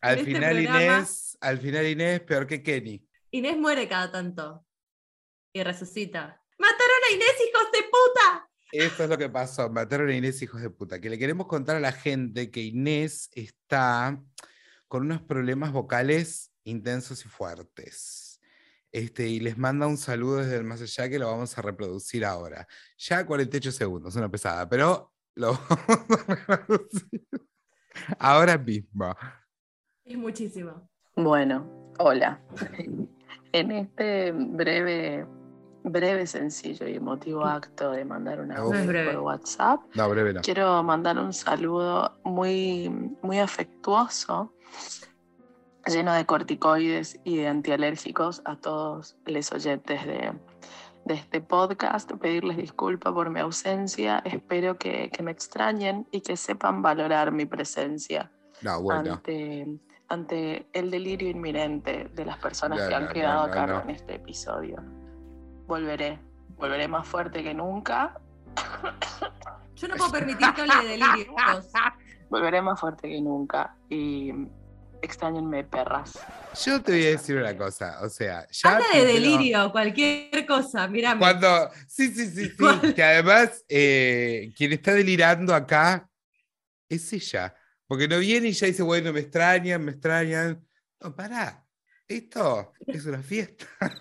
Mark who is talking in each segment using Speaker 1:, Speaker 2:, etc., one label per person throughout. Speaker 1: Al
Speaker 2: este
Speaker 1: final
Speaker 2: programa-
Speaker 1: Inés, al final Inés peor que Kenny.
Speaker 2: Inés muere cada tanto y resucita. ¡Mataron a Inés, hijos de puta!
Speaker 1: Esto es lo que pasó, mataron a Inés, hijos de puta. Que le queremos contar a la gente que Inés está con unos problemas vocales intensos y fuertes. Este, y les manda un saludo desde el más allá que lo vamos a reproducir ahora. Ya 48 segundos, una pesada, pero lo vamos a reproducir ahora mismo.
Speaker 2: Es muchísimo.
Speaker 3: Bueno, hola. En este breve, breve, sencillo y emotivo acto de mandar una
Speaker 1: Uf.
Speaker 2: No es
Speaker 3: voz
Speaker 2: breve.
Speaker 3: por WhatsApp,
Speaker 1: No, breve no.
Speaker 3: quiero mandar un saludo muy, muy afectuoso, lleno de corticoides y de antialérgicos a todos los oyentes de, de este podcast, pedirles disculpa por mi ausencia, espero que, que me extrañen y que sepan valorar mi presencia
Speaker 1: No, bueno.
Speaker 3: ante, ante el delirio inminente de las personas
Speaker 1: No,
Speaker 3: que han
Speaker 1: no,
Speaker 3: quedado
Speaker 1: no, no,
Speaker 3: a cargo
Speaker 1: no.
Speaker 3: en este episodio. Volveré, volveré más fuerte que nunca,
Speaker 2: Yo no puedo permitir que hable de delirios.
Speaker 3: volveré más fuerte que nunca y extrañenme perras.
Speaker 1: Yo te voy a decir una cosa, o sea, ya
Speaker 2: Habla de
Speaker 1: primero-
Speaker 2: delirio, cualquier cosa, mirame.
Speaker 1: Cuando, sí, sí, sí, sí,
Speaker 2: ¿Cuál?
Speaker 1: que además eh, quien está delirando acá es ella, porque no viene y ya dice, bueno, me extrañan, me extrañan. No, pará, esto es una fiesta.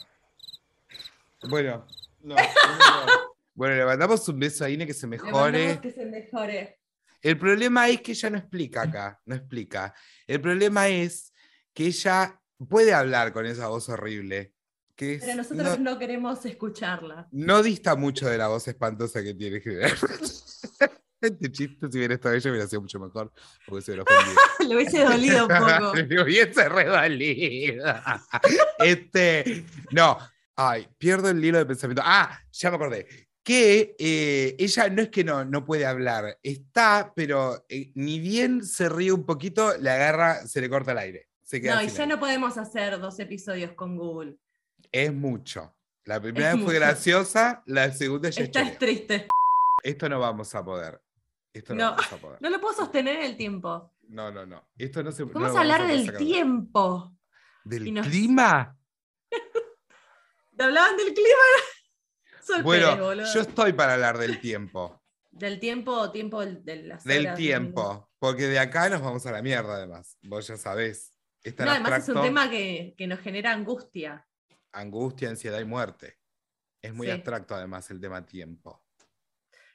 Speaker 1: Bueno, no, no, no, no. bueno, le mandamos un beso a Ine que se
Speaker 2: Le mandamos
Speaker 1: mejore.
Speaker 2: que se mejore.
Speaker 1: El problema es que ella no explica acá, no explica. El problema es que ella puede hablar con esa voz horrible. Que es-
Speaker 2: Pero
Speaker 1: no-
Speaker 2: nosotros no queremos escucharla.
Speaker 1: no dista mucho de la voz espantosa que tiene en general. Este chiste, si hubiera estado ella, hubiera sido mucho mejor. Porque se hubiera ofendido.
Speaker 2: Le hubiese dolido un poco.
Speaker 1: Le hubiese revalida. Este, no. Ay, pierdo el hilo de pensamiento. Ah, ya me acordé. Que eh, ella no es que no, no puede hablar. Está, pero eh, ni bien se ríe un poquito, le agarra, se le corta el aire. Se queda
Speaker 2: No, y
Speaker 1: sin
Speaker 2: ya
Speaker 1: aire.
Speaker 2: no podemos hacer dos episodios con Google.
Speaker 1: Es mucho. La primera
Speaker 2: Es
Speaker 1: vez fue
Speaker 2: mucho.
Speaker 1: graciosa, la segunda ya es
Speaker 2: Esta
Speaker 1: choreo.
Speaker 2: es triste.
Speaker 1: Esto no vamos a poder. Esto no,
Speaker 2: No.
Speaker 1: vamos a poder.
Speaker 2: No lo puedo sostener en el tiempo.
Speaker 1: No, no, no. Esto no se no
Speaker 2: Vamos
Speaker 1: lo
Speaker 2: a hablar
Speaker 1: poder
Speaker 2: del
Speaker 1: sacar.
Speaker 2: tiempo.
Speaker 1: ¿Del
Speaker 2: y nos-
Speaker 1: clima?
Speaker 2: ¿Te hablaban del clima? Sol Pérez,
Speaker 1: Bueno,
Speaker 2: boludo.
Speaker 1: yo estoy para hablar del tiempo.
Speaker 2: Del tiempo, tiempo del- de las
Speaker 1: Del
Speaker 2: horas,
Speaker 1: tiempo. Porque de acá nos vamos a la mierda, además. Vos ya sabés. Es tan
Speaker 2: No, además es
Speaker 1: abstracto,
Speaker 2: un tema que, que nos genera angustia.
Speaker 1: angustia, ansiedad y muerte. Es muy
Speaker 2: Sí.
Speaker 1: abstracto, además, el tema tiempo.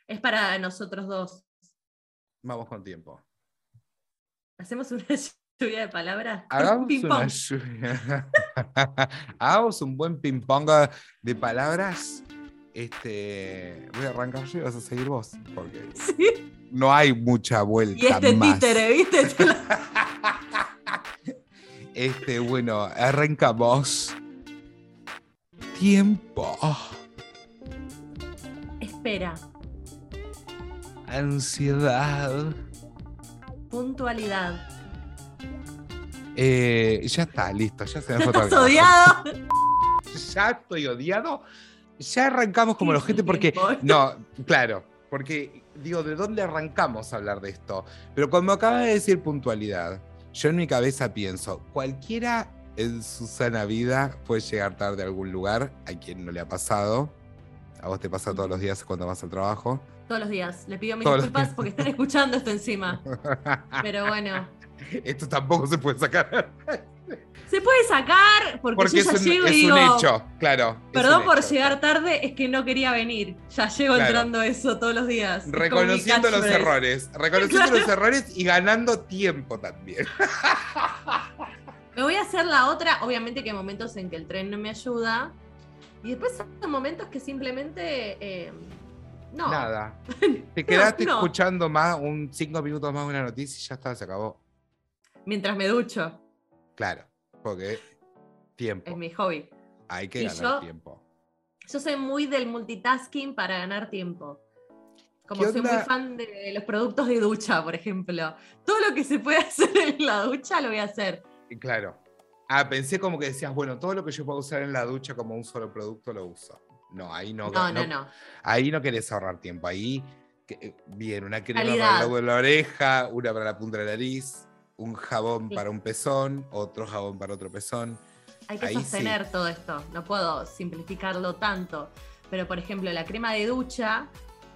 Speaker 2: Es para nosotros dos.
Speaker 1: Vamos con tiempo.
Speaker 2: Hacemos una lluvia de palabras.
Speaker 1: Hagamos una
Speaker 2: Ping-pong.
Speaker 1: lluvia. Hagamos un buen ping-pong de palabras. Este, voy a arrancar yo y vas a seguir vos. Porque
Speaker 2: Sí.
Speaker 1: no hay mucha vuelta.
Speaker 2: Y este
Speaker 1: más.
Speaker 2: títere, ¿viste? Te lo-
Speaker 1: Este, bueno, arrancamos. Tiempo,
Speaker 2: Espera,
Speaker 1: ansiedad.
Speaker 2: puntualidad.
Speaker 1: Eh, ya está, listo, ya se me fue todo el
Speaker 2: Estás
Speaker 1: carajo.
Speaker 2: odiado.
Speaker 1: Ya estoy odiado. Ya arrancamos como los gente porque.
Speaker 2: Tiempo.
Speaker 1: No, claro, porque digo, ¿de dónde arrancamos a hablar de esto? Pero cuando acabas de decir puntualidad, yo en mi cabeza pienso, cualquiera en su sana vida puede llegar tarde a algún lugar, a quien no le ha pasado. A vos te pasa todos los días cuando vas al trabajo.
Speaker 2: Todos los días. Les pido mis
Speaker 1: Todos los
Speaker 2: disculpas porque están escuchando esto encima. Pero bueno.
Speaker 1: Esto tampoco se puede sacar.
Speaker 2: Se puede sacar porque,
Speaker 1: Porque
Speaker 2: yo ya
Speaker 1: es, un,
Speaker 2: llego y
Speaker 1: es
Speaker 2: digo.
Speaker 1: un hecho, claro. es un
Speaker 2: Perdón por
Speaker 1: hecho.
Speaker 2: llegar tarde, es que no quería venir. Ya llego
Speaker 1: Claro.
Speaker 2: entrando eso todos los días. Es como mi
Speaker 1: Reconociendo los
Speaker 2: catchphrase.
Speaker 1: errores. Reconociendo
Speaker 2: Claro.
Speaker 1: los errores y ganando tiempo también.
Speaker 2: Me voy a hacer la otra, obviamente que hay momentos en que el tren no me ayuda. Y después son momentos que simplemente. eh, no.
Speaker 1: Nada. Te quedaste
Speaker 2: no.
Speaker 1: escuchando más, un cinco minutos más una noticia y ya está, se acabó.
Speaker 2: Mientras me ducho,
Speaker 1: Claro, porque tiempo.
Speaker 2: es mi hobby.
Speaker 1: Hay que
Speaker 2: Y
Speaker 1: ganar
Speaker 2: yo-
Speaker 1: tiempo.
Speaker 2: Yo soy muy del multitasking para ganar tiempo. Como
Speaker 1: ¿Qué
Speaker 2: soy
Speaker 1: onda?
Speaker 2: muy fan de los productos de ducha, por ejemplo. Todo lo que se puede hacer en la ducha lo voy a hacer.
Speaker 1: Y claro. Ah, pensé como que decías, bueno, todo lo que yo puedo usar en la ducha como un solo producto lo uso. No, ahí no.
Speaker 2: no, no, no.
Speaker 1: Ahí no querés ahorrar tiempo. Ahí, que- eh, bien, una crema para
Speaker 2: Calidad.
Speaker 1: el lado de la oreja, una para la punta de la nariz, un jabón
Speaker 2: Sí.
Speaker 1: para un pezón, otro jabón para otro pezón.
Speaker 2: Hay que
Speaker 1: Ahí
Speaker 2: sostener
Speaker 1: sí.
Speaker 2: todo esto, no puedo simplificarlo tanto. Pero por ejemplo, la crema de ducha,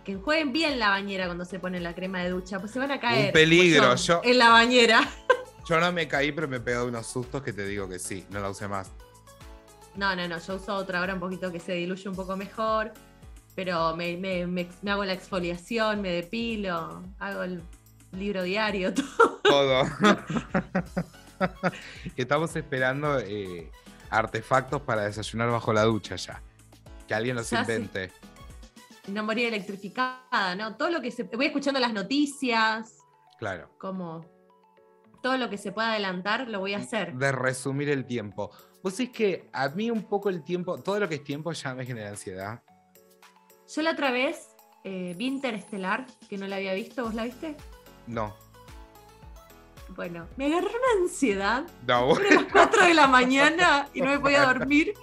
Speaker 2: que jueguen bien la bañera cuando se ponen la crema de ducha, pues se van a caer.
Speaker 1: peligro,
Speaker 2: como
Speaker 1: yo-
Speaker 2: En la bañera.
Speaker 1: Yo no me caí, pero me pegó unos sustos que te digo que sí, no la usé más.
Speaker 2: No, no, no, yo uso otra ahora un poquito que se diluye un poco mejor, pero me, me- me- me hago la exfoliación, me depilo, hago el libro diario, todo.
Speaker 1: Todo. que estamos esperando eh, artefactos para desayunar bajo la ducha ya. Que alguien los
Speaker 2: Ya Ah, sí.
Speaker 1: invente.
Speaker 2: no morir electrificada, ¿no? Todo lo que se... Voy escuchando las noticias,
Speaker 1: Claro.
Speaker 2: como todo lo que se pueda adelantar lo
Speaker 1: Mm,
Speaker 2: voy a hacer.
Speaker 1: De resumir el tiempo. Vos es que a mí un poco el tiempo, todo lo que es tiempo ya me genera ansiedad.
Speaker 2: Yo la otra vez eh, vi Interestelar, que no la había visto, ¿vos la viste?
Speaker 1: No.
Speaker 2: Bueno, me agarró una ansiedad
Speaker 1: No,
Speaker 2: Era las 4 de la mañana y no me podía dormir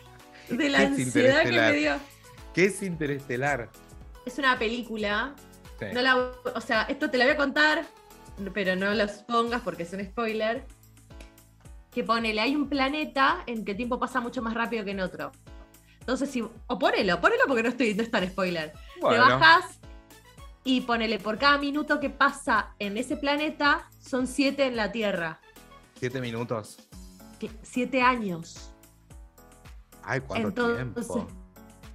Speaker 2: de la
Speaker 1: Es
Speaker 2: ansiedad que me
Speaker 1: Interestelar.
Speaker 2: dio.
Speaker 1: ¿qué es interestelar?
Speaker 2: Es una película
Speaker 1: Sí.
Speaker 2: No la- o sea, esto te la voy a contar, pero no lo pongas porque es un spoiler. Que ponele, hay un planeta en que el tiempo pasa mucho más rápido que en otro. Entonces, si, o ponelo, ponelo porque no, estoy, no es tan spoiler. Te
Speaker 1: Bueno,
Speaker 2: bajas y ponele, por cada minuto que pasa en ese planeta, son siete en la Tierra.
Speaker 1: siete minutos.
Speaker 2: Que- Siete años.
Speaker 1: Ay, cuánto
Speaker 2: Entonces-
Speaker 1: tiempo.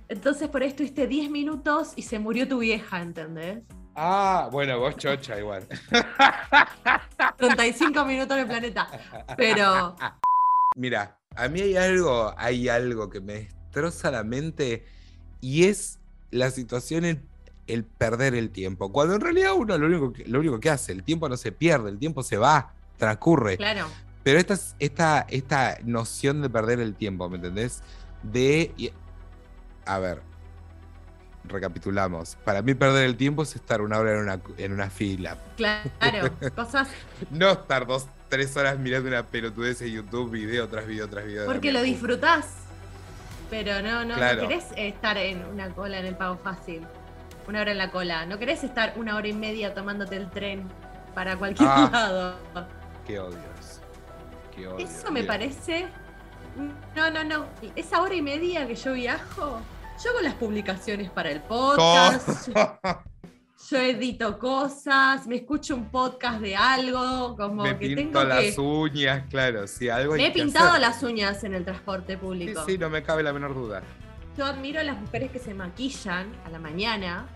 Speaker 2: Entonces, por ahí estuviste 10 minutos y se murió tu vieja, ¿entendés?
Speaker 1: Ah, bueno, vos chocha igual.
Speaker 2: 35 minutos en el planeta. Pero,
Speaker 1: Mira, a mí hay algo, hay algo que me destroza la mente y es la situación, el, el perder el tiempo. Cuando en realidad uno lo único, que, lo único que hace, el tiempo no se pierde, el tiempo se va, transcurre.
Speaker 2: claro.
Speaker 1: Pero esta, es- esta, esta noción de perder el tiempo, ¿me entendés? De. y- a ver. Recapitulamos. Para mí, perder el tiempo es estar una hora en una, en una fila.
Speaker 2: Claro, cosas.
Speaker 1: No estar dos, tres horas mirando una pelotudez en YouTube, video tras video tras video. de
Speaker 2: Porque
Speaker 1: la
Speaker 2: lo
Speaker 1: misma.
Speaker 2: disfrutás. Pero no, no,
Speaker 1: Claro.
Speaker 2: no querés estar en una cola en el pago fácil. Una hora en la cola. No querés estar una hora y media tomándote el tren para cualquier
Speaker 1: Ah.
Speaker 2: lado.
Speaker 1: Qué odios. Qué odio.
Speaker 2: Eso me
Speaker 1: Mira,
Speaker 2: parece. No, no, no. Esa hora y media que yo viajo, yo hago las publicaciones para el podcast. Yo, yo edito cosas, me escucho un podcast de algo, como
Speaker 1: me
Speaker 2: que
Speaker 1: pinto
Speaker 2: tengo
Speaker 1: las
Speaker 2: que.
Speaker 1: uñas, claro. Sí, algo hay
Speaker 2: Me he
Speaker 1: que
Speaker 2: pintado
Speaker 1: hacer.
Speaker 2: las uñas en el transporte público.
Speaker 1: Sí, sí, no me cabe la menor duda.
Speaker 2: Yo admiro a las mujeres que se maquillan a la mañana.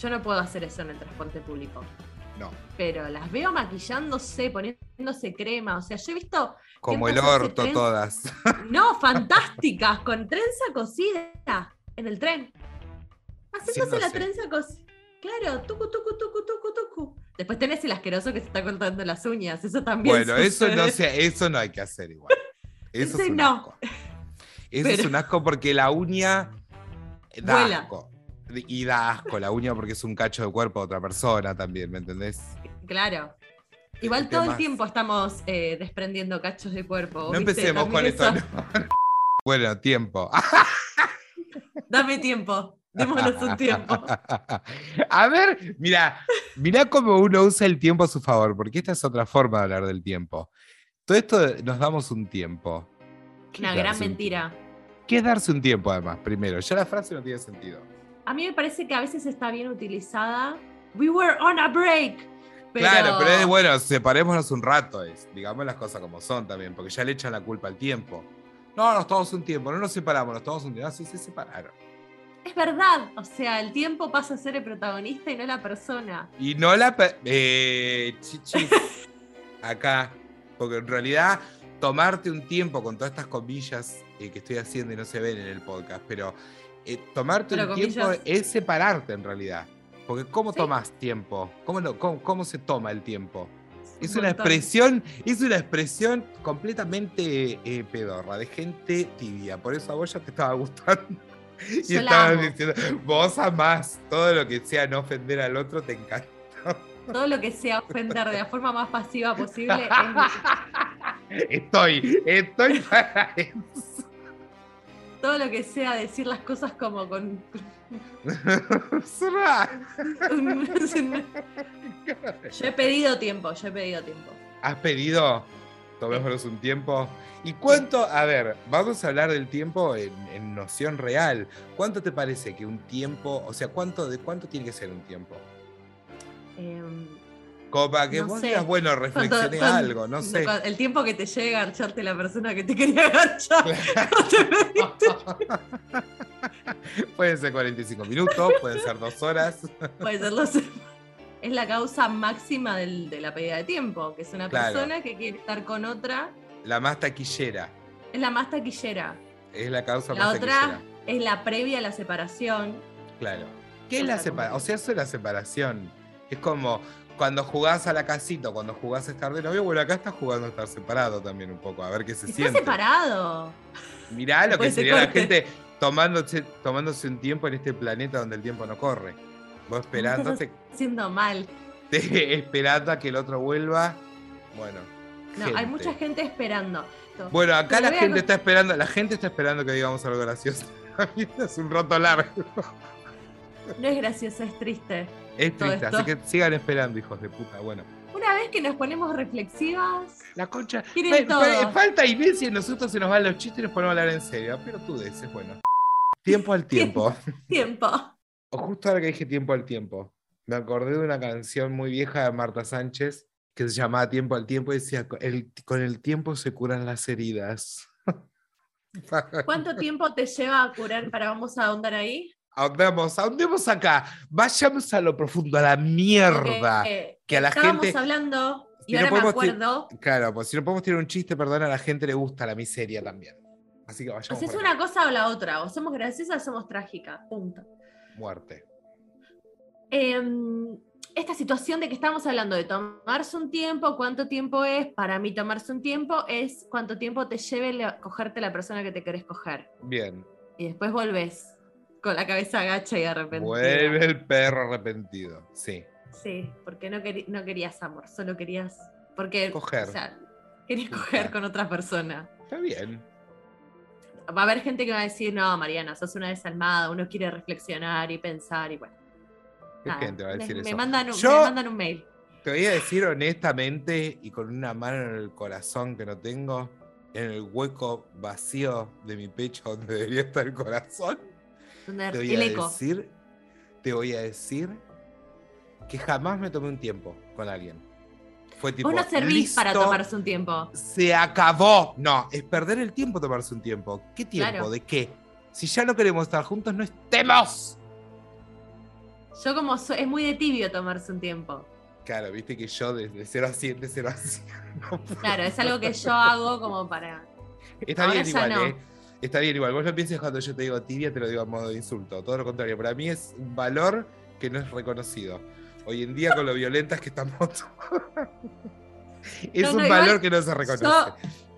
Speaker 2: Yo no puedo hacer eso en el transporte público.
Speaker 1: No.
Speaker 2: Pero las veo maquillándose, poniéndose crema. O sea, yo he visto,
Speaker 1: Como el
Speaker 2: pasa ese
Speaker 1: orto,
Speaker 2: tren?
Speaker 1: todas.
Speaker 2: no, fantásticas, con trenza cosida en el tren. Haciéndose
Speaker 1: Haciéndose.
Speaker 2: la trenza cosida. Claro, tucu, tucu, tucu, tucu, tucu. Después tenés el asqueroso que se está cortando las uñas. Eso también.
Speaker 1: Bueno, eso no,
Speaker 2: sucede.
Speaker 1: se- eso no hay que hacer igual. Eso
Speaker 2: Ese
Speaker 1: es un
Speaker 2: no.
Speaker 1: asco. Eso es
Speaker 2: Pero-
Speaker 1: un asco porque la uña da
Speaker 2: Vuela.
Speaker 1: asco. Y da asco la uña porque es un cacho de cuerpo de otra persona también, ¿me entendés?
Speaker 2: Claro. Igual
Speaker 1: El
Speaker 2: todo
Speaker 1: tema-
Speaker 2: el tiempo estamos eh, desprendiendo cachos de cuerpo.
Speaker 1: No
Speaker 2: ¿viste?
Speaker 1: empecemos
Speaker 2: También
Speaker 1: con
Speaker 2: eso-
Speaker 1: esto. no. Bueno, tiempo.
Speaker 2: Dame tiempo, démonos un tiempo.
Speaker 1: A ver, mira, mira cómo uno usa el tiempo a su favor, porque esta es otra forma de hablar del tiempo. Todo esto de- nos damos un tiempo. ¿Qué
Speaker 2: Una
Speaker 1: es
Speaker 2: gran
Speaker 1: darse un-
Speaker 2: mentira.
Speaker 1: ¿Qué es darse un tiempo además? Primero, ya la frase no tiene sentido.
Speaker 2: A mí me parece que a veces está bien utilizada. We were on a break. Pero...
Speaker 1: Claro, pero es bueno, separémonos un rato, es, digamos las cosas como son también, porque ya le echan la culpa al tiempo. No, nos tomamos un tiempo, no nos separamos, nos tomamos un tiempo. Ah, sí, se separaron.
Speaker 2: Es verdad, o sea, el tiempo pasa a ser el protagonista y no la persona.
Speaker 1: Y no la. pe- Eh, chichis, acá. Porque en realidad, tomarte un tiempo con todas estas comillas eh, que estoy haciendo y no se ven en el podcast, pero eh, tomarte
Speaker 2: Pero
Speaker 1: un
Speaker 2: comillas.
Speaker 1: tiempo es separarte en realidad. Porque ¿cómo
Speaker 2: Sí.
Speaker 1: tomás tiempo? ¿Cómo, lo- cómo, cómo se toma el tiempo? Es
Speaker 2: un
Speaker 1: una
Speaker 2: montón.
Speaker 1: expresión, es una expresión completamente eh, pedorra, de gente tibia. Por eso a vos ya te estaba gustando. Y
Speaker 2: Yo la
Speaker 1: estabas
Speaker 2: amo.
Speaker 1: diciendo, vos amás todo lo que sea no ofender al otro, te encanta.
Speaker 2: Todo lo que sea ofender de la forma más pasiva posible es-
Speaker 1: Estoy, estoy para eso.
Speaker 2: todo lo que sea decir las cosas como con
Speaker 1: Zurra.
Speaker 2: Yo he pedido tiempo, yo he pedido tiempo.
Speaker 1: ¿Has pedido? Tomémonos un tiempo. ¿Y cuánto? A ver, vamos a hablar del tiempo en, en noción real. ¿Cuánto te parece que un tiempo, o sea, cuánto de cuánto tiene que ser un tiempo?
Speaker 2: Em,
Speaker 1: Copa, que
Speaker 2: No
Speaker 1: vos
Speaker 2: sé.
Speaker 1: digas, bueno, reflexioné
Speaker 2: Cuando- cuando-
Speaker 1: algo, no sé.
Speaker 2: cuando- El tiempo que te llega a garcharte la persona que te quería garchar. No te pediste.
Speaker 1: pueden ser 45 minutos, pueden ser dos horas.
Speaker 2: Puede ser los- Es la causa máxima del- de la pérdida de tiempo, que es una
Speaker 1: Claro.
Speaker 2: persona que quiere estar con otra.
Speaker 1: La más taquillera
Speaker 2: Es la más taquillera.
Speaker 1: es la causa
Speaker 2: La
Speaker 1: más
Speaker 2: otra
Speaker 1: taquillera.
Speaker 2: es la previa a la separación.
Speaker 1: Claro. ¿Qué es la
Speaker 2: O sea, como-
Speaker 1: separación? O sea, eso es la separación. Es como cuando jugás a la casita, cuando jugás a estar de novio, bueno, acá estás jugando a estar separado también un poco, a ver qué se
Speaker 2: Está
Speaker 1: siente.
Speaker 2: separado.
Speaker 1: Mirá lo que
Speaker 2: Después se
Speaker 1: sería la
Speaker 2: corte.
Speaker 1: gente tomándose, tomándose un tiempo en este planeta donde el tiempo no corre. Vos esperando,
Speaker 2: Entonces- Siendo mal.
Speaker 1: esperando a que el otro vuelva. Bueno.
Speaker 2: No, hay
Speaker 1: gente.
Speaker 2: mucha gente esperando. esto.
Speaker 1: Bueno, acá
Speaker 2: Pero
Speaker 1: la
Speaker 2: vea,
Speaker 1: gente
Speaker 2: no-
Speaker 1: está esperando, la gente está esperando que digamos algo gracioso. es un rato largo.
Speaker 2: No es gracioso, es triste.
Speaker 1: Es
Speaker 2: Todo
Speaker 1: triste,
Speaker 2: esto.
Speaker 1: así que sigan esperando, hijos de puta. Bueno,
Speaker 2: Una vez que nos ponemos reflexivas,
Speaker 1: la concha.
Speaker 2: Quieren
Speaker 1: Fa- fa-
Speaker 2: todo.
Speaker 1: falta Inés y a nosotros se nos van los chistes y nos ponemos a hablar en serio. Pero tú dices, bueno. Tiempo al tiempo.
Speaker 2: tiempo.
Speaker 1: O Justo ahora que dije tiempo al tiempo, me acordé de una canción muy vieja de Marta Sánchez que se llamaba Tiempo al tiempo y decía, "Co- el- con el tiempo se curan las heridas.
Speaker 2: ¿Cuánto tiempo te lleva a curar para vamos a ahondar ahí?
Speaker 1: ahondemos, ahondemos acá, vayamos a lo profundo, a la mierda.
Speaker 2: Porque eh,
Speaker 1: que a la
Speaker 2: estábamos
Speaker 1: gente-
Speaker 2: hablando y
Speaker 1: Si no
Speaker 2: ahora me
Speaker 1: podemos ti-
Speaker 2: acuerdo.
Speaker 1: Claro, pues si no podemos tirar un chiste, perdón, a la gente le gusta la miseria también. Así que
Speaker 2: O
Speaker 1: vayamos
Speaker 2: sea, Pues es
Speaker 1: por
Speaker 2: una
Speaker 1: acá.
Speaker 2: cosa o la otra. O somos graciosas o somos trágicas. Punto.
Speaker 1: muerte.
Speaker 2: Em, esta situación de que estamos hablando de tomarse un tiempo, cuánto tiempo es, para mí tomarse un tiempo es cuánto tiempo te lleve la- cogerte la persona que te querés coger.
Speaker 1: Bien,
Speaker 2: Y después volvés con la cabeza agacha y arrepentida.
Speaker 1: vuelve el perro arrepentido. Sí,
Speaker 2: Sí, porque no, queri- no querías amor, solo querías... Porque,
Speaker 1: Coger.
Speaker 2: O sea, querías coger con otra persona.
Speaker 1: está bien.
Speaker 2: Va a haber gente que va a decir, no, Mariana, sos una desalmada, uno quiere reflexionar y pensar y bueno.
Speaker 1: ¿Qué
Speaker 2: nada.
Speaker 1: gente va a
Speaker 2: Ah, Me-
Speaker 1: decir
Speaker 2: me,
Speaker 1: eso?
Speaker 2: Mandan un,
Speaker 1: Yo-
Speaker 2: me mandan un mail.
Speaker 1: Te voy a decir honestamente y con una mano en el corazón que no tengo, en el hueco vacío de mi pecho donde debería estar el corazón,
Speaker 2: donde
Speaker 1: te voy
Speaker 2: el
Speaker 1: a
Speaker 2: eco.
Speaker 1: decir, te voy a decir que jamás me tomé un tiempo con alguien. Fue tipo,
Speaker 2: Vos no servís para
Speaker 1: listo,
Speaker 2: tomarse un tiempo.
Speaker 1: Se acabó. No, es perder el tiempo tomarse un tiempo. ¿Qué tiempo?
Speaker 2: Claro.
Speaker 1: ¿De qué? Si ya no queremos estar juntos, no estemos.
Speaker 2: Yo como so- es muy de tibio tomarse un tiempo.
Speaker 1: Claro, viste que yo desde 0 a 7, 0 a 100. no puedo.
Speaker 2: Claro, es algo que yo hago como para...
Speaker 1: Está
Speaker 2: Ahora
Speaker 1: bien
Speaker 2: ya
Speaker 1: igual,
Speaker 2: no.
Speaker 1: ¿eh? Está bien igual. Vos lo pienses cuando yo te digo tibia, te lo digo a modo de insulto. Todo lo contrario. Para mí es un valor que no es reconocido. Hoy en día, con lo violentas que estamos. todas. es
Speaker 2: No, no,
Speaker 1: un
Speaker 2: igual
Speaker 1: valor que no se reconoce.
Speaker 2: Yo,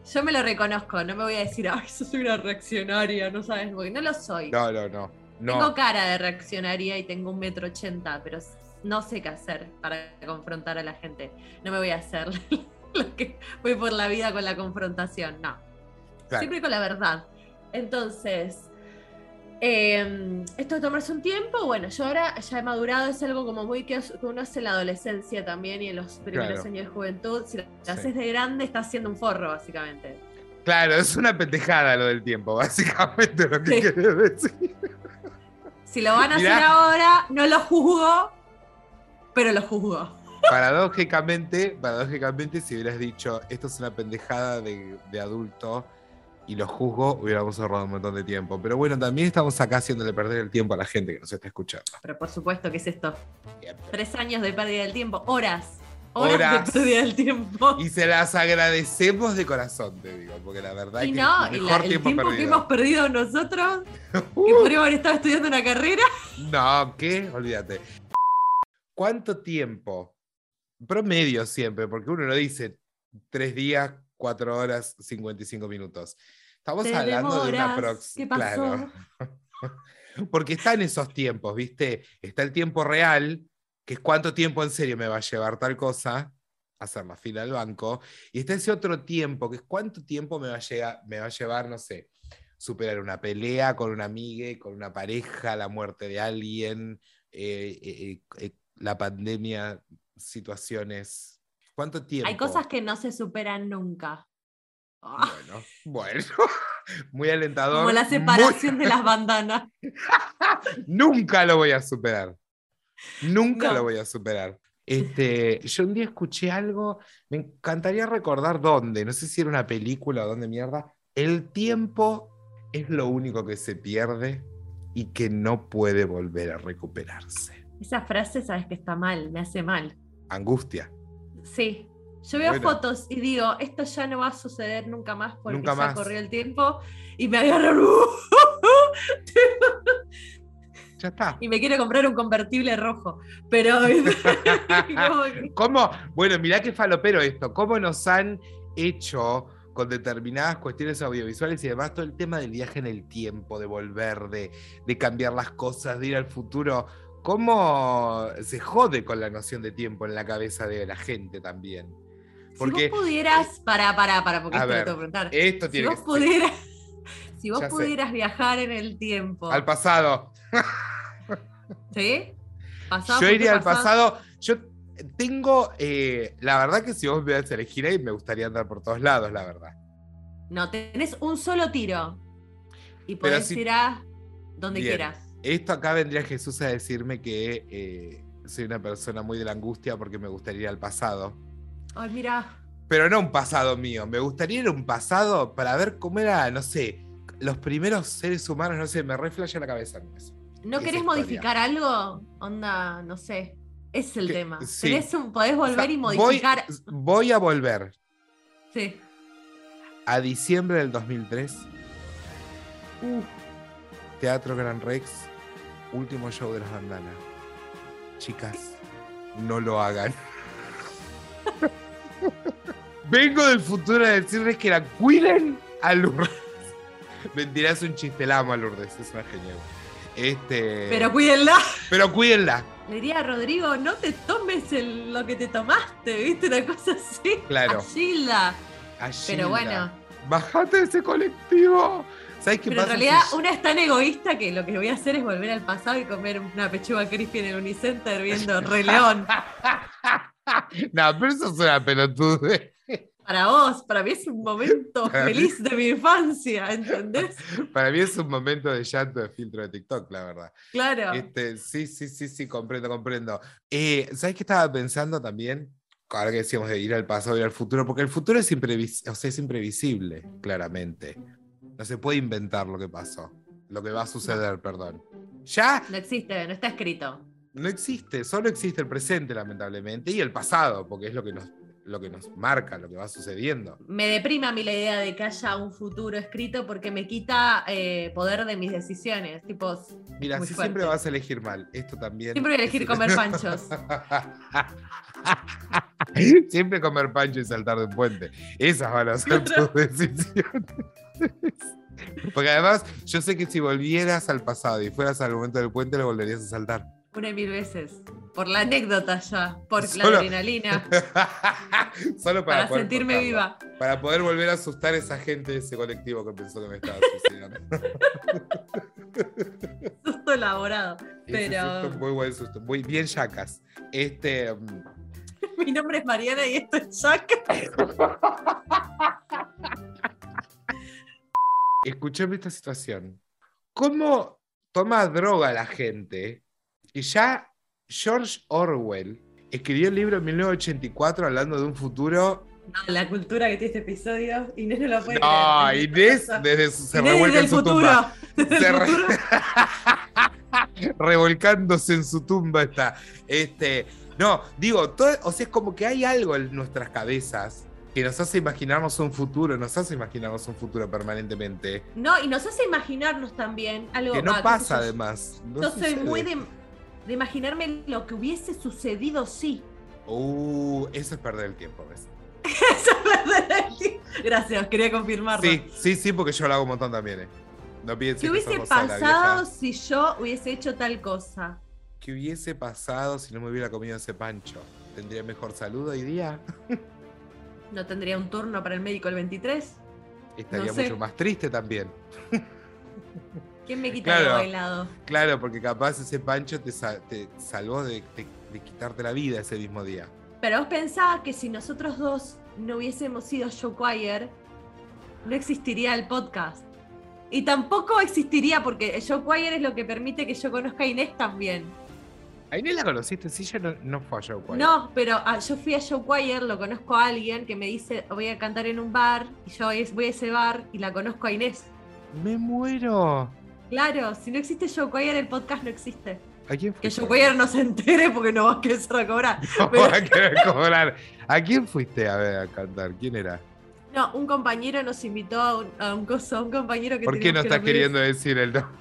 Speaker 2: yo me lo reconozco, no me voy a decir, ay, sos una reaccionaria, no sabes, porque no lo soy.
Speaker 1: No, no, no. No,
Speaker 2: Tengo cara de reaccionaria y tengo un metro ochenta, pero s- no sé qué hacer para confrontar a la gente. No me voy a hacer lo que voy por la vida con la confrontación, no.
Speaker 1: claro.
Speaker 2: Siempre con la verdad. Entonces, eh, esto de tomarse un tiempo, bueno, yo ahora ya he madurado, es algo como muy que que uno hace en la adolescencia también y en los primeros
Speaker 1: Claro.
Speaker 2: años de juventud. Si lo
Speaker 1: Sí.
Speaker 2: haces de grande, estás haciendo un forro, básicamente.
Speaker 1: Claro, es una pendejada lo del tiempo, básicamente lo que
Speaker 2: Sí.
Speaker 1: querés decir.
Speaker 2: Si lo van a
Speaker 1: Mirá.
Speaker 2: hacer ahora, no lo juzgo, pero lo juzgo.
Speaker 1: Paradójicamente, paradójicamente, si hubieras dicho esto es una pendejada de, de adulto y lo juzgo, hubiéramos ahorrado un montón de tiempo. Pero bueno, también estamos acá haciéndole perder el tiempo a la gente que nos está escuchando.
Speaker 2: Pero por supuesto que es esto.
Speaker 1: Siempre.
Speaker 2: Tres años de pérdida del tiempo, horas. Horas,
Speaker 1: Horas.
Speaker 2: de pérdida del tiempo.
Speaker 1: Y se las agradecemos de corazón, te digo, porque la verdad
Speaker 2: Y,
Speaker 1: es que
Speaker 2: no,
Speaker 1: es
Speaker 2: y
Speaker 1: el
Speaker 2: la-
Speaker 1: mejor
Speaker 2: el
Speaker 1: tiempo,
Speaker 2: tiempo, que hemos
Speaker 1: perdido.
Speaker 2: perdido nosotros, que
Speaker 1: Uh,
Speaker 2: podríamos haber estado estudiando una carrera.
Speaker 1: no, ¿qué? Olvídate. ¿Cuánto tiempo? Promedio siempre, porque uno lo dice tres días, cuatro horas, 55 minutos. Estamos
Speaker 2: Te
Speaker 1: hablando de una
Speaker 2: demoras.
Speaker 1: prox.
Speaker 2: ¿Qué pasó?
Speaker 1: Claro. Porque están esos tiempos, ¿viste? Está el tiempo real, que es cuánto tiempo en serio me va a llevar tal cosa, hacer la fila al banco, y está ese otro tiempo, que es cuánto tiempo me va a, llegar, me va a llevar, no sé, superar una pelea con una amiga, con una pareja, la muerte de alguien, eh, eh, eh, eh, la pandemia, situaciones. ¿Cuánto tiempo?
Speaker 2: Hay cosas que no se superan nunca. Ah,
Speaker 1: Bueno, bueno. Muy alentador.
Speaker 2: como la
Speaker 1: muy-
Speaker 2: separación de las bandanas.
Speaker 1: Nunca lo voy a superar. Nunca
Speaker 2: No.
Speaker 1: lo voy a superar. Este, yo un día escuché algo, me encantaría recordar dónde, no sé si era una película o dónde mierda. El tiempo es lo único que se pierde y que no puede volver a recuperarse.
Speaker 2: Esa frase sabes que está mal, me hace mal.
Speaker 1: Angustia.
Speaker 2: Sí. Yo veo
Speaker 1: Bueno.
Speaker 2: fotos y digo, esto ya no va a suceder nunca más porque
Speaker 1: Nunca
Speaker 2: ya
Speaker 1: más.
Speaker 2: corrió el tiempo y me agarro ¡Uh!
Speaker 1: Ya está.
Speaker 2: y me quiero comprar un convertible rojo. Pero como que-
Speaker 1: ¿Cómo? Bueno, mirá qué falopero esto. ¿Cómo nos han hecho con determinadas cuestiones audiovisuales y demás todo el tema del viaje en el tiempo, de volver, de, de cambiar las cosas, de ir al futuro? ¿Cómo se jode con la noción de tiempo en la cabeza de la gente también?
Speaker 2: si
Speaker 1: Porque-
Speaker 2: vos pudieras, para, para, para, porque
Speaker 1: A
Speaker 2: esto lo
Speaker 1: ver,
Speaker 2: tengo que preguntar.
Speaker 1: Esto
Speaker 2: Si
Speaker 1: tiene
Speaker 2: vos
Speaker 1: que ser
Speaker 2: pudieras, si vos
Speaker 1: Ya sé.
Speaker 2: pudieras viajar en el tiempo,
Speaker 1: al pasado.
Speaker 2: ¿sí? Pasado,
Speaker 1: yo
Speaker 2: futuro,
Speaker 1: iría al pasado. Yo tengo, eh, la verdad que si vos me das a elegir ahí, me gustaría andar por todos lados, la verdad.
Speaker 2: No, tenés un solo tiro y podés
Speaker 1: si-
Speaker 2: ir a donde
Speaker 1: Bien.
Speaker 2: quieras.
Speaker 1: Esto acá vendría Jesús a decirme que eh, soy una persona muy de la angustia porque me gustaría ir al pasado.
Speaker 2: Ay, mira.
Speaker 1: Pero no un pasado mío, me gustaría ir a un pasado para ver cómo era, no sé, los primeros seres humanos, no sé, me refleja la cabeza. con eso.
Speaker 2: ¿No
Speaker 1: esa
Speaker 2: querés
Speaker 1: historia.
Speaker 2: modificar algo? Onda, no sé. Ese es el
Speaker 1: Que-
Speaker 2: tema.
Speaker 1: sí.
Speaker 2: Tenés un- podés volver
Speaker 1: O sea,
Speaker 2: y modificar.
Speaker 1: Voy, Eh. voy a volver
Speaker 2: Sí.
Speaker 1: a diciembre del 2003,
Speaker 2: Uh,
Speaker 1: Teatro Gran Rex, último show de las bandanas. Chicas, no lo hagan. Vengo del futuro a decirles que la cuiden a Lourdes. Mentira, es un chiste, la amo a Lourdes, es una genial. Este,
Speaker 2: pero cuídenla.
Speaker 1: pero cuídenla,
Speaker 2: Le diría a Rodrigo, no te tomes el- lo que te tomaste, ¿viste? Una cosa así.
Speaker 1: Claro.
Speaker 2: A Gilda.
Speaker 1: a Gilda.
Speaker 2: Pero bueno.
Speaker 1: Bajate de ese colectivo. ¿Sabes qué
Speaker 2: Pero en
Speaker 1: pasa?
Speaker 2: realidad
Speaker 1: Si-
Speaker 2: una es tan egoísta que lo que voy a hacer es volver al pasado y comer una pechuga crispy en el Unicenter viendo Rey León.
Speaker 1: No, pero eso es una pelotudez.
Speaker 2: Para vos, para mí es un momento
Speaker 1: Para mí-
Speaker 2: feliz de mi infancia, ¿entendés?
Speaker 1: Para mí es un momento de llanto de filtro de TikTok, la verdad.
Speaker 2: Claro.
Speaker 1: Este, sí, sí, sí, sí, comprendo, comprendo. Eh, ¿Sabes qué estaba pensando también? Ahora que decíamos de ir al pasado y al futuro, porque el futuro es, imprevis o sea, es imprevisible, claramente. No se puede inventar lo que pasó, lo que va a suceder, perdón. Ya
Speaker 2: No existe, no está escrito.
Speaker 1: no existe, solo existe el presente, lamentablemente, y el pasado, porque es lo que nos, lo que nos marca, lo que va sucediendo.
Speaker 2: Me deprime a mí la idea de que haya un futuro escrito porque me quita eh, poder de mis decisiones. Tipo, siempre
Speaker 1: Mira,
Speaker 2: Muy
Speaker 1: si
Speaker 2: fuerte.
Speaker 1: siempre vas a elegir mal, esto también.
Speaker 2: voy a elegir
Speaker 1: es-
Speaker 2: comer panchos.
Speaker 1: Siempre comer pancho y saltar de un puente. Esas van a ser
Speaker 2: Claro.
Speaker 1: tus decisiones. Porque además, yo sé que si volvieras al pasado y fueras al momento del puente, lo volverías a saltar.
Speaker 2: Una y mil veces. Por la anécdota ya, por
Speaker 1: Solo-
Speaker 2: la adrenalina,
Speaker 1: Solo para,
Speaker 2: para,
Speaker 1: poder
Speaker 2: sentirme
Speaker 1: contarlo.
Speaker 2: viva.
Speaker 1: Para poder volver a asustar a esa gente de ese colectivo que pensó que me estaba suicidando.
Speaker 2: Susto elaborado.
Speaker 1: Ese
Speaker 2: Pero-
Speaker 1: susto, muy buen susto. Muy bien, yacas. Este. mm,
Speaker 2: Mi nombre es Mariana y esto es Jack.
Speaker 1: escuchame esta situación. ¿Cómo toma droga la gente? Y ya George Orwell escribió el libro en 1984 hablando de un futuro.
Speaker 2: No, Ah, la cultura que tiene este episodio, Inés no lo puede
Speaker 1: No,
Speaker 2: creer.
Speaker 1: Inés
Speaker 2: Inés
Speaker 1: desde su- se
Speaker 2: desde
Speaker 1: revuelca en
Speaker 2: el
Speaker 1: su
Speaker 2: futuro.
Speaker 1: tumba.
Speaker 2: Desde el
Speaker 1: Se re-
Speaker 2: futuro.
Speaker 1: Revolcándose en su tumba está. Este, no, digo, todo- o sea, es como que hay algo en nuestras cabezas que nos hace imaginarnos un futuro, nos hace imaginarnos un futuro permanentemente.
Speaker 2: No, y nos hace imaginarnos también algo
Speaker 1: Que no
Speaker 2: ah, qué
Speaker 1: pasa
Speaker 2: sé yo.
Speaker 1: además. no
Speaker 2: Yo soy
Speaker 1: sucede.
Speaker 2: muy de, de imaginarme lo que hubiese sucedido sí.
Speaker 1: Uh, eso es perder el tiempo, ¿ves?
Speaker 2: Gracias, quería confirmarlo.
Speaker 1: Sí, sí, sí, porque yo lo hago un montón también. eh. No piensen
Speaker 2: ¿Qué
Speaker 1: que
Speaker 2: hubiese
Speaker 1: somos a la
Speaker 2: pasado
Speaker 1: vieja.
Speaker 2: si yo hubiese hecho tal cosa?
Speaker 1: ¿Qué hubiese pasado si no me hubiera comido ese pancho? ¿Tendría mejor salud hoy día?
Speaker 2: ¿No tendría un turno para el médico el 23?
Speaker 1: Estaría
Speaker 2: No sé.
Speaker 1: mucho más triste también.
Speaker 2: ¿Quién me quita el
Speaker 1: Claro.
Speaker 2: bailado?
Speaker 1: Claro, porque capaz ese pancho te, sa- te salvó de, de- de quitarte la vida ese mismo día.
Speaker 2: Pero vos pensabas que si nosotros dos no hubiésemos sido Showquire, no existiría el podcast. Y tampoco existiría porque el Showquire es lo que permite que yo conozca a Inés también.
Speaker 1: A Inés la conociste, sí, ya no, no fue a Showquire.
Speaker 2: No, pero ah, yo fui a Showquire, lo conozco a alguien que me dice voy a cantar en un bar y yo es- voy a ese bar y la conozco a Inés.
Speaker 1: Me muero.
Speaker 2: Claro, si no existe Showquire, el podcast no existe.
Speaker 1: ¿A quién
Speaker 2: Que
Speaker 1: fuiste?
Speaker 2: Showquire no se entere porque no va a querer cobrar.
Speaker 1: No
Speaker 2: pero-
Speaker 1: va a querer cobrar. ¿A quién fuiste a ver a cantar? ¿Quién era?
Speaker 2: No, un compañero nos invitó a un, a un coso, un compañero que
Speaker 1: ¿Por qué no
Speaker 2: teníamos que
Speaker 1: estás
Speaker 2: nombre-
Speaker 1: queriendo decir el nombre?